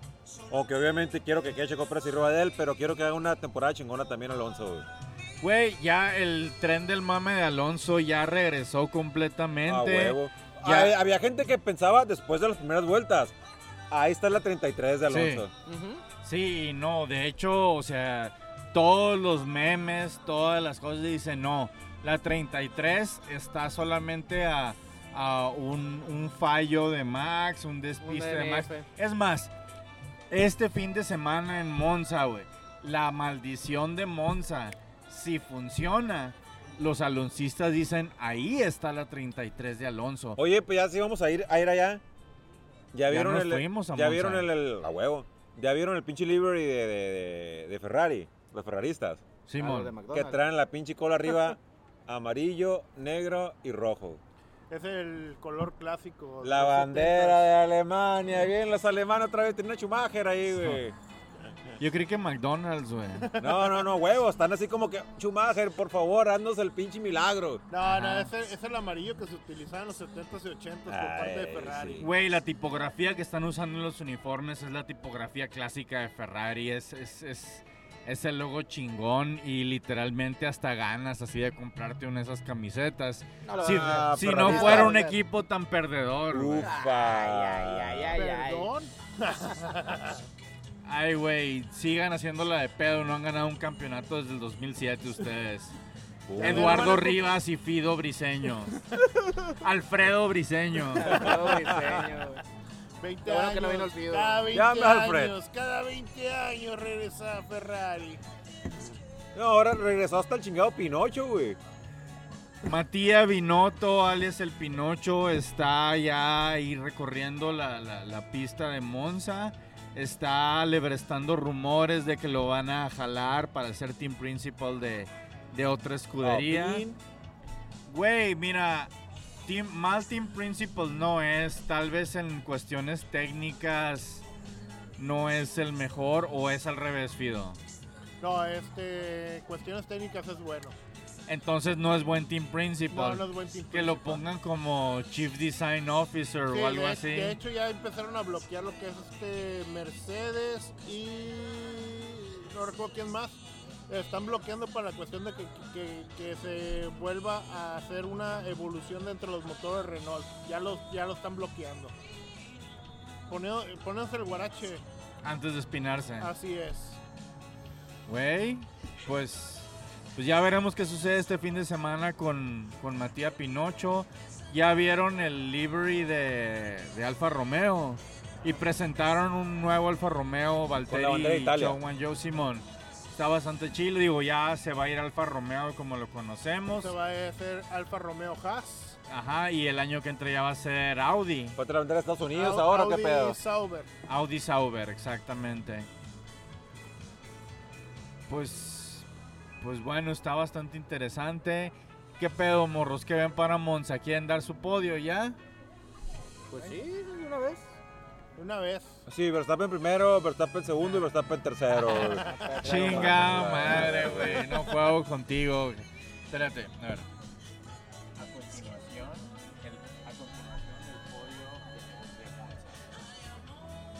[SPEAKER 3] Aunque obviamente quiero que quede Checo Pérez y de él, pero quiero que haga una temporada chingona también Alonso, güey.
[SPEAKER 4] Güey, ya el tren del mame de Alonso ya regresó
[SPEAKER 3] A
[SPEAKER 4] completamente.
[SPEAKER 3] huevo.
[SPEAKER 4] Ya.
[SPEAKER 3] Hay- había gente que pensaba después de las primeras vueltas. Ahí está la 33 de
[SPEAKER 4] Sí.
[SPEAKER 3] Alonso.
[SPEAKER 4] sí, no, de hecho, o sea, todos los memes, todas las cosas dicen, no, la 33 está solamente a, a un, un fallo de Max, un
[SPEAKER 2] Un
[SPEAKER 4] despiste de Max.
[SPEAKER 2] DNF.
[SPEAKER 4] Es más, este fin de semana en Monza, güey, la maldición de Monza, si funciona, los aloncistas dicen, ahí está la 33 de Alonso.
[SPEAKER 3] Oye, pues ya sí vamos a ir, a ir allá. Ya,
[SPEAKER 4] Ya
[SPEAKER 3] vieron
[SPEAKER 4] nos
[SPEAKER 3] el.
[SPEAKER 4] fuimos a
[SPEAKER 3] ya
[SPEAKER 4] Monza.
[SPEAKER 3] vieron el, el- A huevo. Ya vieron el pinche livery de, de- de- de Ferrari. Los ferraristas.
[SPEAKER 2] Ah, los de
[SPEAKER 4] Simón,
[SPEAKER 3] Que
[SPEAKER 2] McDonald's.
[SPEAKER 3] traen la pinche cola arriba <laughs> amarillo, negro y rojo.
[SPEAKER 5] Es el color clásico. de
[SPEAKER 3] La
[SPEAKER 5] los
[SPEAKER 3] bandera de Alemania. Bien, los alemanes otra vez tienen una Schumacher ahí, güey.
[SPEAKER 4] yo creí que McDonald's, güey.
[SPEAKER 3] No, no, no, huevo. Están así como que. Schumacher, por favor, haznos el pinche milagro.
[SPEAKER 5] 70s. No, no,
[SPEAKER 4] Ajá.
[SPEAKER 5] es el, es el amarillo que se utilizaba en los 70s y 80s por parte de
[SPEAKER 3] Ay,
[SPEAKER 5] Ferrari.
[SPEAKER 3] sí.
[SPEAKER 4] Güey, la tipografía que están usando en los uniformes es la tipografía clásica de Ferrari, es, es, es, es el logo chingón y literalmente hasta ganas así de comprarte una de esas camisetas.
[SPEAKER 2] No,
[SPEAKER 4] si
[SPEAKER 3] Ah,
[SPEAKER 4] si
[SPEAKER 3] pero
[SPEAKER 4] no
[SPEAKER 3] ahorita-
[SPEAKER 4] fuera un equipo tan perdedor. güey.
[SPEAKER 3] Ufa.
[SPEAKER 2] Ay, ay, ay, ay.
[SPEAKER 5] Perdón.
[SPEAKER 4] Ay, güey, sigan haciéndola de pedo, no han ganado un campeonato desde el 2007 ustedes.
[SPEAKER 3] Uy.
[SPEAKER 4] Eduardo Rivas y Fido Briseño. Alfredo Briseño.
[SPEAKER 2] Todo diseño, güey.
[SPEAKER 5] 20
[SPEAKER 2] Qué bueno
[SPEAKER 5] años.
[SPEAKER 2] que no vino el video.
[SPEAKER 5] cada 20
[SPEAKER 3] Llame a Alfred.
[SPEAKER 5] años. Cada 20 años regresa a Ferrari.
[SPEAKER 3] No, ahora regresó hasta el chingado Pinocho, güey.
[SPEAKER 4] Matías Binotto, alias el Pinocho, está ya ahí recorriendo la, la- la pista de Monza. Está lebrestando rumores de que lo van a jalar para ser team principal de, de otra escudería.
[SPEAKER 3] Alpine.
[SPEAKER 4] Güey, mira, team, mal team principal no es. Tal vez en cuestiones técnicas no es el mejor o es al revés, Fido.
[SPEAKER 5] No, este. Cuestiones técnicas es bueno.
[SPEAKER 4] Entonces no es buen team
[SPEAKER 5] No,
[SPEAKER 4] principal.
[SPEAKER 5] no es buen team
[SPEAKER 4] que lo
[SPEAKER 5] principal.
[SPEAKER 4] pongan como Chief Design Officer
[SPEAKER 5] Sí,
[SPEAKER 4] o algo
[SPEAKER 5] de,
[SPEAKER 4] así.
[SPEAKER 5] de hecho ya empezaron a bloquear lo que es este Mercedes y no recuerdo quién más. Están bloqueando para la cuestión de que, que- que se vuelva a hacer una evolución dentro de los motores Renault. Ya los ya lo están bloqueando. Poneo- Ponéndose el guarache,
[SPEAKER 4] Antes de espinarse.
[SPEAKER 5] así es.
[SPEAKER 4] Güey, pues, pues ya veremos qué sucede este fin de semana con, con Matías Pinocho. Ya vieron el livery de, de Alfa Romeo y presentaron un nuevo Alfa Romeo Valtteri
[SPEAKER 3] bandera de Italia.
[SPEAKER 4] Joan Joe Simón. Está bastante chido, digo, ya se va a ir Alfa Romeo como lo conocemos.
[SPEAKER 5] Se va a hacer Alfa Romeo Haas.
[SPEAKER 4] Ajá, y el año que entra ya va a ser Audi.
[SPEAKER 3] Fue otra bandera de Estados Unidos
[SPEAKER 5] Au-
[SPEAKER 3] ahora,
[SPEAKER 5] Audi
[SPEAKER 3] qué pedo.
[SPEAKER 5] Sauber.
[SPEAKER 4] Audi Sauber, exactamente. Pues, pues bueno, está bastante interesante. ¿Qué pedo, morros? ¿Qué ven para Monza? ¿Quieren dar su podio ya?
[SPEAKER 2] Pues sí, de una vez.
[SPEAKER 5] Una vez.
[SPEAKER 3] Sí, Verstappen primero, Verstappen segundo y Verstappen tercero. güey.
[SPEAKER 5] <laughs>
[SPEAKER 4] Chinga madre, güey. No juego contigo. Espérate, a ver.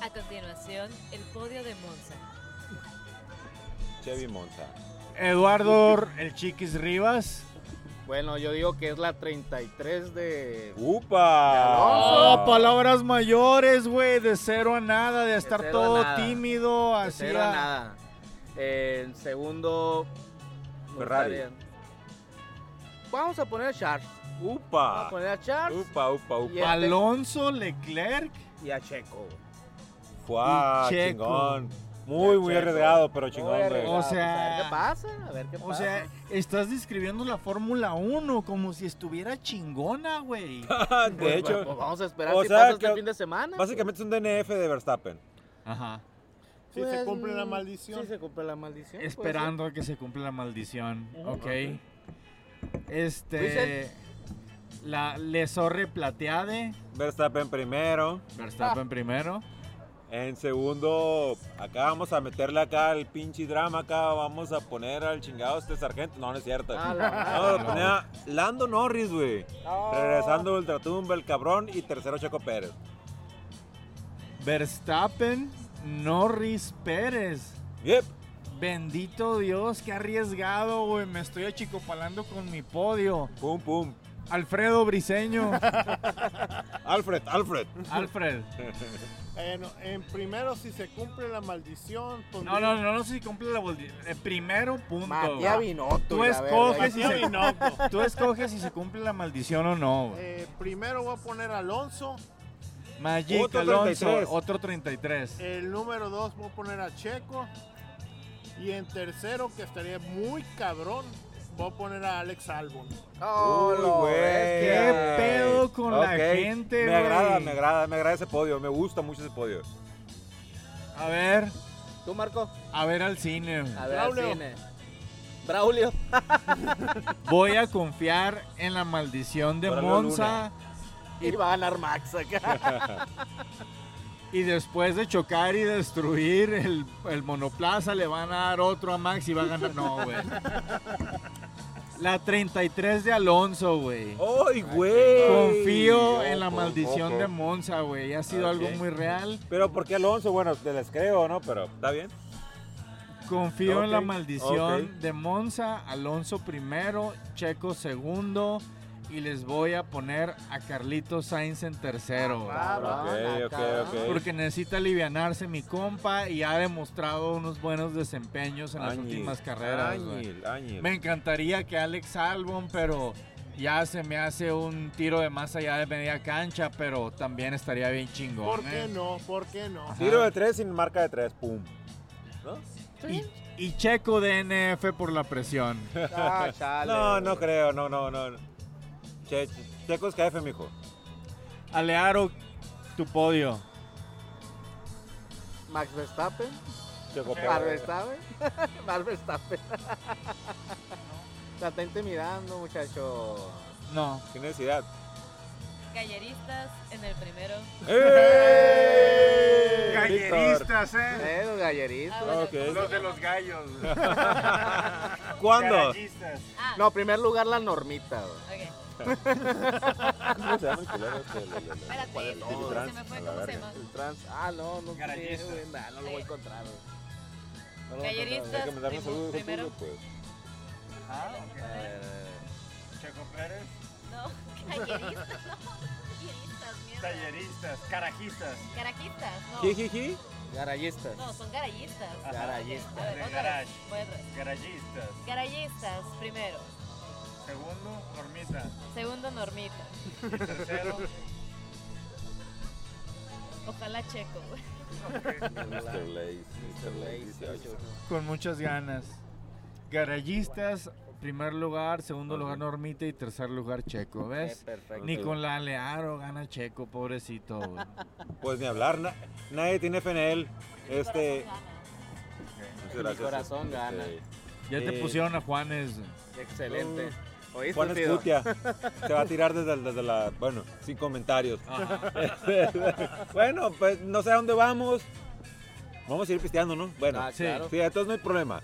[SPEAKER 1] A continuación, el podio de Monza.
[SPEAKER 3] Chevy Monza.
[SPEAKER 4] Eduardo, el Chiquis Rivas.
[SPEAKER 2] Bueno, yo digo que es la 33 de...
[SPEAKER 3] ¡Upa!
[SPEAKER 4] Oh, palabras mayores, güey, de cero a nada, de estar
[SPEAKER 2] cero a
[SPEAKER 4] todo
[SPEAKER 2] nada.
[SPEAKER 4] tímido,
[SPEAKER 2] de
[SPEAKER 4] así.
[SPEAKER 2] cero a
[SPEAKER 4] a-
[SPEAKER 2] nada. En segundo... me
[SPEAKER 3] Ferrari. Ah.
[SPEAKER 2] gustaría- Vamos a poner a Charles. Vamos a
[SPEAKER 3] ¡Upa!
[SPEAKER 2] poner a Charles
[SPEAKER 3] ¡Upa, upa, upa!
[SPEAKER 2] Y-
[SPEAKER 4] Alonso Leclerc.
[SPEAKER 2] y a Checo.
[SPEAKER 3] ¡Fua!
[SPEAKER 4] y Checo.
[SPEAKER 3] ¡Chingón! Muy, muy arriesgado, pero chingón, güey.
[SPEAKER 4] arriesgado. O sea-
[SPEAKER 2] A ver qué pasa, a ver qué pasa.
[SPEAKER 4] O sea, estás describiendo la Fórmula 1 como si estuviera chingona,
[SPEAKER 3] <laughs>
[SPEAKER 4] güey.
[SPEAKER 3] De
[SPEAKER 2] Pues
[SPEAKER 3] hecho,
[SPEAKER 2] vamos a esperar
[SPEAKER 3] o
[SPEAKER 2] si
[SPEAKER 3] sea,
[SPEAKER 2] pasa este
[SPEAKER 3] que-
[SPEAKER 2] fin de semana.
[SPEAKER 3] básicamente es un DNF de Verstappen.
[SPEAKER 4] Ajá.
[SPEAKER 5] Si
[SPEAKER 4] Pues,
[SPEAKER 5] se cumple
[SPEAKER 4] mm,
[SPEAKER 5] la maldición.
[SPEAKER 2] pues. Si se cumple la maldición. puede
[SPEAKER 4] Esperando a que se cumpla la maldición.
[SPEAKER 2] pues, Ujú.
[SPEAKER 4] Ok. Este. La Lesorre Plateade.
[SPEAKER 3] Verstappen primero.
[SPEAKER 4] Verstappen primero.
[SPEAKER 3] En segundo, acá vamos a meterle acá el pinche drama, acá vamos a poner al chingado este sargento. No, no es cierto.
[SPEAKER 2] Ah, la madre. <laughs>
[SPEAKER 3] Vamos a poner a Lando Norris, güey.
[SPEAKER 2] ser. No.
[SPEAKER 3] Regresando Ultratumba, el cabrón. Y tercero Checo Pérez.
[SPEAKER 4] Verstappen. Norris Pérez.
[SPEAKER 3] Yep.
[SPEAKER 4] Bendito Dios, qué arriesgado, güey. Me estoy achicopalando con mi podio.
[SPEAKER 3] Pum, pum.
[SPEAKER 4] Alfredo Briseño.
[SPEAKER 3] Alfred, Alfred.
[SPEAKER 4] Alfred.
[SPEAKER 5] Eh, no, en primero, si se cumple la maldición,
[SPEAKER 4] No, no, no, no sé si cumple la boldi- eh, Primero punto.
[SPEAKER 2] Matías
[SPEAKER 4] güey.
[SPEAKER 2] Binotto.
[SPEAKER 4] Tú
[SPEAKER 2] y la
[SPEAKER 4] escoges
[SPEAKER 2] verga.
[SPEAKER 4] si se- Tú escoges si se cumple la maldición o no. güey.
[SPEAKER 5] Eh, primero voy a poner a Alonso.
[SPEAKER 4] Magic
[SPEAKER 3] Otro
[SPEAKER 4] Alonso,
[SPEAKER 3] 33.
[SPEAKER 4] otro 33.
[SPEAKER 5] El número dos voy a poner a Checo. Y en tercero, que estaría muy cabrón, voy a poner a Alex Albon.
[SPEAKER 2] Oh,
[SPEAKER 3] Uy,
[SPEAKER 2] lo
[SPEAKER 3] güey.
[SPEAKER 2] bestia.
[SPEAKER 4] ¿Qué pedo con la
[SPEAKER 3] Ok,
[SPEAKER 4] gente,
[SPEAKER 3] Me
[SPEAKER 4] güey?
[SPEAKER 3] agrada, me agrada, me agrada ese podio. Me gusta mucho ese podio.
[SPEAKER 4] A ver,
[SPEAKER 2] ¿Tú, Marco?
[SPEAKER 4] a ver al cine. güey.
[SPEAKER 2] A ver,
[SPEAKER 5] Braulio.
[SPEAKER 2] al cine. Braulio.
[SPEAKER 4] Voy a confiar en la maldición de
[SPEAKER 3] Para la
[SPEAKER 4] Monza.
[SPEAKER 2] Y va a ganar Max acá.
[SPEAKER 4] Y después de chocar y destruir el, el monoplaza, le van a dar otro a Max y va a ganar. No, güey. La 33 de Alonso, güey.
[SPEAKER 3] ¡Ay, güey!
[SPEAKER 4] Confío en la
[SPEAKER 3] Ojo,
[SPEAKER 4] maldición
[SPEAKER 3] ojo.
[SPEAKER 4] de Monza, güey. Ha sido algo
[SPEAKER 3] Ok.
[SPEAKER 4] muy real.
[SPEAKER 3] Pero ¿por qué Alonso? Bueno, te les creo, ¿no? Pero está bien.
[SPEAKER 4] Confío en la
[SPEAKER 3] Ok,
[SPEAKER 4] maldición
[SPEAKER 3] ok.
[SPEAKER 4] de Monza, Alonso primero, Checo segundo y les voy a poner a Carlito Sainz en tercero. güey.
[SPEAKER 2] Cabrón,
[SPEAKER 3] Ok, ok,
[SPEAKER 2] acá.
[SPEAKER 3] Ah, ok.
[SPEAKER 4] Porque necesita alivianarse mi compa y ha demostrado unos buenos desempeños en las
[SPEAKER 3] Áñil,
[SPEAKER 4] últimas carreras. güey.
[SPEAKER 3] Áñil, áñil.
[SPEAKER 4] Me encantaría que Alex Albon, pero ya se me hace un tiro de más allá de media cancha, pero también estaría bien chingón.
[SPEAKER 5] ¿Por
[SPEAKER 4] ¿eh?
[SPEAKER 5] qué no? ¿Por qué no?
[SPEAKER 4] Ajá.
[SPEAKER 3] Tiro de tres sin marca de tres, pum. ¿No?
[SPEAKER 4] Y, y Checo de NF por la presión.
[SPEAKER 3] <laughs>
[SPEAKER 2] Ah, chale,
[SPEAKER 3] No, no
[SPEAKER 2] güey.
[SPEAKER 3] creo, no, no, no. Che, che, Checo es jefe, mijo.
[SPEAKER 4] Alearo, tu podio.
[SPEAKER 2] Max Verstappen.
[SPEAKER 3] Checo
[SPEAKER 2] Max
[SPEAKER 3] Pérez.
[SPEAKER 2] Verstappen. <laughs> Max Verstappen. La está intimidando, muchacho.
[SPEAKER 4] No.
[SPEAKER 3] Sin
[SPEAKER 4] <laughs>
[SPEAKER 3] necesidad.
[SPEAKER 1] Galleristas en el primero.
[SPEAKER 3] ¡Eh! Víctor,
[SPEAKER 4] Galleristas, eh.
[SPEAKER 2] Eh, los
[SPEAKER 1] Ah,
[SPEAKER 2] galleritos.
[SPEAKER 3] ok.
[SPEAKER 4] Los de los gallos.
[SPEAKER 3] ¿Cuándo?
[SPEAKER 4] Galleristas.
[SPEAKER 1] Ah,
[SPEAKER 2] No, primer lugar la normita. güey.
[SPEAKER 1] ok.
[SPEAKER 3] ¿Cómo se llama el culero este? El- el- el-
[SPEAKER 1] Espérate,
[SPEAKER 3] ¿cuál es? El
[SPEAKER 1] no, se
[SPEAKER 3] trans,
[SPEAKER 1] me fue,
[SPEAKER 3] a la
[SPEAKER 1] ¿cómo se
[SPEAKER 3] verga.
[SPEAKER 1] llama?
[SPEAKER 2] El trans. Ah, no, no,
[SPEAKER 4] Garallista.
[SPEAKER 2] sé, güey, nah, no lo voy a encontrar. güey. No lo voy a
[SPEAKER 1] Gallerista.
[SPEAKER 3] Hay que mandarle un saludo a ese
[SPEAKER 1] Primero.
[SPEAKER 3] pueblo, pues.
[SPEAKER 4] Ah,
[SPEAKER 2] encontrar, güey. Eh,
[SPEAKER 4] Checo Pérez.
[SPEAKER 1] No, galleristas, no. Galleristas, mierda.
[SPEAKER 4] Talleristas, carajistas.
[SPEAKER 1] Carajistas, no.
[SPEAKER 3] Jijiji.
[SPEAKER 2] Garallistas.
[SPEAKER 1] No, son garayistas.
[SPEAKER 4] Ajá.
[SPEAKER 2] Garallistas.
[SPEAKER 1] Ok, a ver,
[SPEAKER 4] De
[SPEAKER 1] otra vez,
[SPEAKER 4] garage.
[SPEAKER 1] voy otra vez.
[SPEAKER 4] Garayistas.
[SPEAKER 1] Garayistas primero,
[SPEAKER 4] Eh. Segundo, Normita.
[SPEAKER 1] segundo Normita.
[SPEAKER 4] Tercero,
[SPEAKER 1] Ojalá Checo. güey.
[SPEAKER 3] Mr. Lace, Mr. Lace, 18.
[SPEAKER 4] Con muchas ganas. Garayistas, primer lugar, segundo lugar Normita y tercer lugar Checo,
[SPEAKER 2] Eh,
[SPEAKER 4] ¿ves?
[SPEAKER 2] perfecto.
[SPEAKER 4] Ni con la Learo gana Checo, pobrecito. güey.
[SPEAKER 3] Pues ni hablar, na- nadie tiene fe en él. Este, muchas
[SPEAKER 2] Mi
[SPEAKER 3] gracias.
[SPEAKER 2] corazón gana.
[SPEAKER 3] Este,
[SPEAKER 4] Ya te
[SPEAKER 3] Eh.
[SPEAKER 4] pusieron a Juanes.
[SPEAKER 2] Excelente. Oíste,
[SPEAKER 3] Mm. Juan
[SPEAKER 2] Fido?
[SPEAKER 3] Escutia se va a tirar desde, desde la. Bueno, sin comentarios. <laughs> bueno, pues no sé a dónde vamos. Vamos a ir pisteando, ¿no? Bueno,
[SPEAKER 2] Ah,
[SPEAKER 4] Sí.
[SPEAKER 2] claro.
[SPEAKER 3] sí, entonces no hay problema.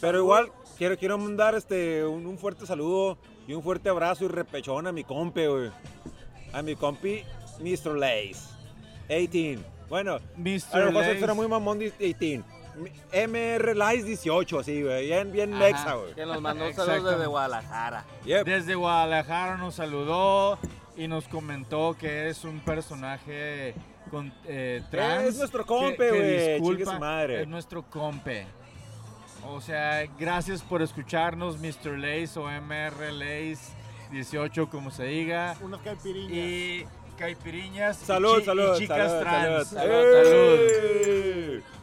[SPEAKER 3] Pero igual quiero, quiero mandar este, un, un fuerte saludo y un fuerte abrazo y repechón a mi compi, güey. A mi compi, Mr. Lace. 18. Bueno,
[SPEAKER 4] Mr.
[SPEAKER 3] a lo mejor se
[SPEAKER 4] Lace.
[SPEAKER 3] suena muy mamón 18. MR Lice 18, así, güey. Bien, bien
[SPEAKER 1] Ajá.
[SPEAKER 3] mexa, güey.
[SPEAKER 2] Que nos mandó
[SPEAKER 4] Exactamente.
[SPEAKER 2] saludos desde Guadalajara.
[SPEAKER 3] Yep.
[SPEAKER 4] Desde Guadalajara nos saludó y nos comentó que es un personaje con, eh, trans.
[SPEAKER 3] es nuestro
[SPEAKER 4] que-
[SPEAKER 3] compe,
[SPEAKER 4] que
[SPEAKER 3] güey, chingue
[SPEAKER 4] disculpa,
[SPEAKER 3] su madre.
[SPEAKER 4] Es nuestro compe. O sea, gracias por escucharnos, Mr. Lace o MR Lace 18, como se diga.
[SPEAKER 5] Unas caipirinhas.
[SPEAKER 4] Y caipiriñas y
[SPEAKER 3] Salud,
[SPEAKER 4] chi- y,
[SPEAKER 3] salud.
[SPEAKER 4] chicas
[SPEAKER 3] salud,
[SPEAKER 4] trans.
[SPEAKER 3] Salud, ¡Eh!
[SPEAKER 4] Salud.
[SPEAKER 3] ¡Ey!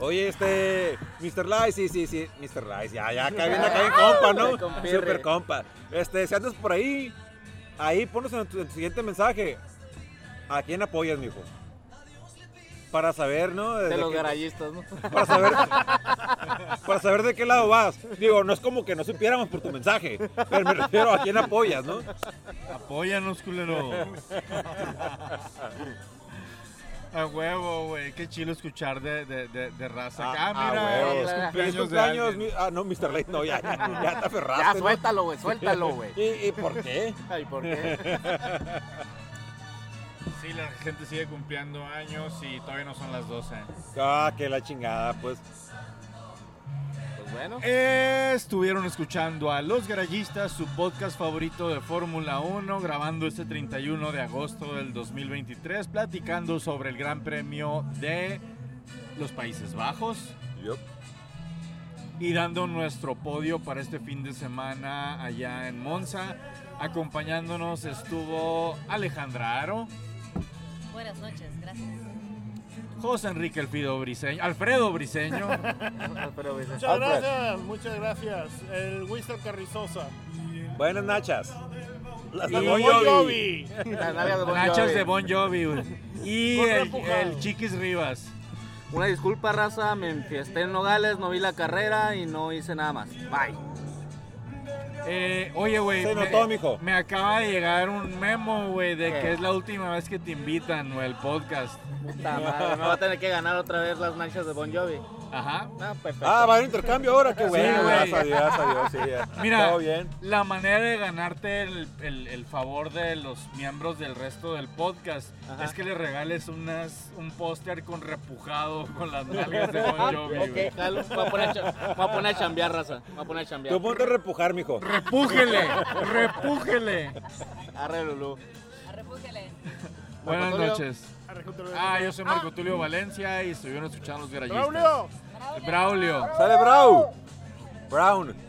[SPEAKER 3] Oye, este, Mr. Lice, sí, sí, sí, Mr. Lice, ya, ya, acá viene,
[SPEAKER 4] <laughs>
[SPEAKER 3] acá viene compa,
[SPEAKER 2] Ay,
[SPEAKER 3] ¿no?
[SPEAKER 2] compirre.
[SPEAKER 3] Super compa. Este, si andas por ahí, ahí ponos en tu, en tu siguiente mensaje, ¿a quién apoyas, mijo? Para saber, ¿no?
[SPEAKER 2] De
[SPEAKER 3] Desde
[SPEAKER 2] los
[SPEAKER 3] qué-
[SPEAKER 2] garayistas, ¿no?
[SPEAKER 3] para
[SPEAKER 4] <laughs>
[SPEAKER 3] saber, para saber de qué lado vas. Digo, no es como que no supiéramos por tu mensaje, pero me refiero a quién apoyas, ¿no? <laughs>
[SPEAKER 4] Apóyanos, culero. A huevo, güey. Qué chido escuchar de, de, de, de raza. Ah, mira,
[SPEAKER 3] huevo.
[SPEAKER 4] los
[SPEAKER 3] Feliz
[SPEAKER 4] cumpleaños,
[SPEAKER 3] cumpleaños,
[SPEAKER 4] de alguien.
[SPEAKER 3] mi- ah, no, Mr. Late, no,
[SPEAKER 4] <laughs>
[SPEAKER 3] ya, ya te
[SPEAKER 2] Ya,
[SPEAKER 3] aferraste. ¿no?
[SPEAKER 2] suéltalo, güey, suéltalo,
[SPEAKER 3] <laughs>
[SPEAKER 2] güey.
[SPEAKER 3] ¿Y, y por qué?
[SPEAKER 2] Ay,
[SPEAKER 3] <laughs>
[SPEAKER 2] ¿por qué?
[SPEAKER 4] Sí, la gente sigue cumpliendo años y todavía no son las 12.
[SPEAKER 3] Ah, que la chingada, pues.
[SPEAKER 2] Pues bueno.
[SPEAKER 4] Estuvieron escuchando a Los Garayistas, su podcast favorito de Fórmula 1, grabando este 31 de agosto del 2023, platicando sobre el Gran Premio de los Países Bajos. y dando nuestro podio para este fin de semana allá en Monza. Acompañándonos estuvo Alejandra Aro,
[SPEAKER 1] Buenas noches, gracias.
[SPEAKER 4] José Enrique Alfredo Briseño, Alfredo Briseño,
[SPEAKER 2] Pero, güey,
[SPEAKER 5] Muchas
[SPEAKER 3] Alfred.
[SPEAKER 5] gracias, muchas gracias. El Wister Carrizosa.
[SPEAKER 3] Buenas nachas. Las
[SPEAKER 4] Y
[SPEAKER 3] de
[SPEAKER 4] Bon
[SPEAKER 3] Bon
[SPEAKER 5] Bon
[SPEAKER 3] Jovi.
[SPEAKER 4] <laughs>
[SPEAKER 5] Jovi.
[SPEAKER 2] las nalgas de <laughs> Bon
[SPEAKER 4] Nachas
[SPEAKER 2] Jovi.
[SPEAKER 4] de Bon Jovi güey. y
[SPEAKER 5] Otro
[SPEAKER 4] el,
[SPEAKER 5] empujado.
[SPEAKER 4] el Chiquis Rivas.
[SPEAKER 2] Una disculpa, raza, me enfiesté en Nogales, no vi la carrera y no hice nada más. Bye.
[SPEAKER 4] Eh, oye, güey,
[SPEAKER 3] Se
[SPEAKER 4] me-
[SPEAKER 3] notó, mijo.
[SPEAKER 4] me acaba de llegar un memo, güey, de
[SPEAKER 2] ¿Qué?
[SPEAKER 4] que es la última vez que te invitan güey, al podcast.
[SPEAKER 2] Puta madre, me va a tener que ganar otra vez las nachas de Bon Jovi.
[SPEAKER 4] Ajá.
[SPEAKER 2] Ah, perfecto.
[SPEAKER 3] Ah, va a haber intercambio ahora, qué bueno.
[SPEAKER 4] güey.
[SPEAKER 3] gracias a Dios, gracias a Dios, sí, ya.
[SPEAKER 4] Mira,
[SPEAKER 3] Ah, Todo bien.
[SPEAKER 4] la manera de ganarte el, el- el favor de los miembros del resto del podcast
[SPEAKER 2] Ajá.
[SPEAKER 4] es que le regales unas, un póster con repujado
[SPEAKER 3] <laughs>
[SPEAKER 4] con las nalgas de Bon
[SPEAKER 2] Ah,
[SPEAKER 4] Jovi. güey.
[SPEAKER 2] ok, jalo. Me voy a poner a cha- me voy a poner a chambear, raza. Me voy a poner a chambear.
[SPEAKER 3] Tú ponte a repujar, mijo.
[SPEAKER 4] ¡Repújele! ¡Repújele!
[SPEAKER 2] Arre, Lulú.
[SPEAKER 1] Repújele.
[SPEAKER 4] Buenas
[SPEAKER 2] Tulio.
[SPEAKER 4] noches.
[SPEAKER 5] Arrejúntalo.
[SPEAKER 4] Ah, yo soy Marco Tulio Valencia y estuvieron escuchando los garayistas.
[SPEAKER 5] Braulio.
[SPEAKER 4] Braulio.
[SPEAKER 3] Sale Brown. Brown.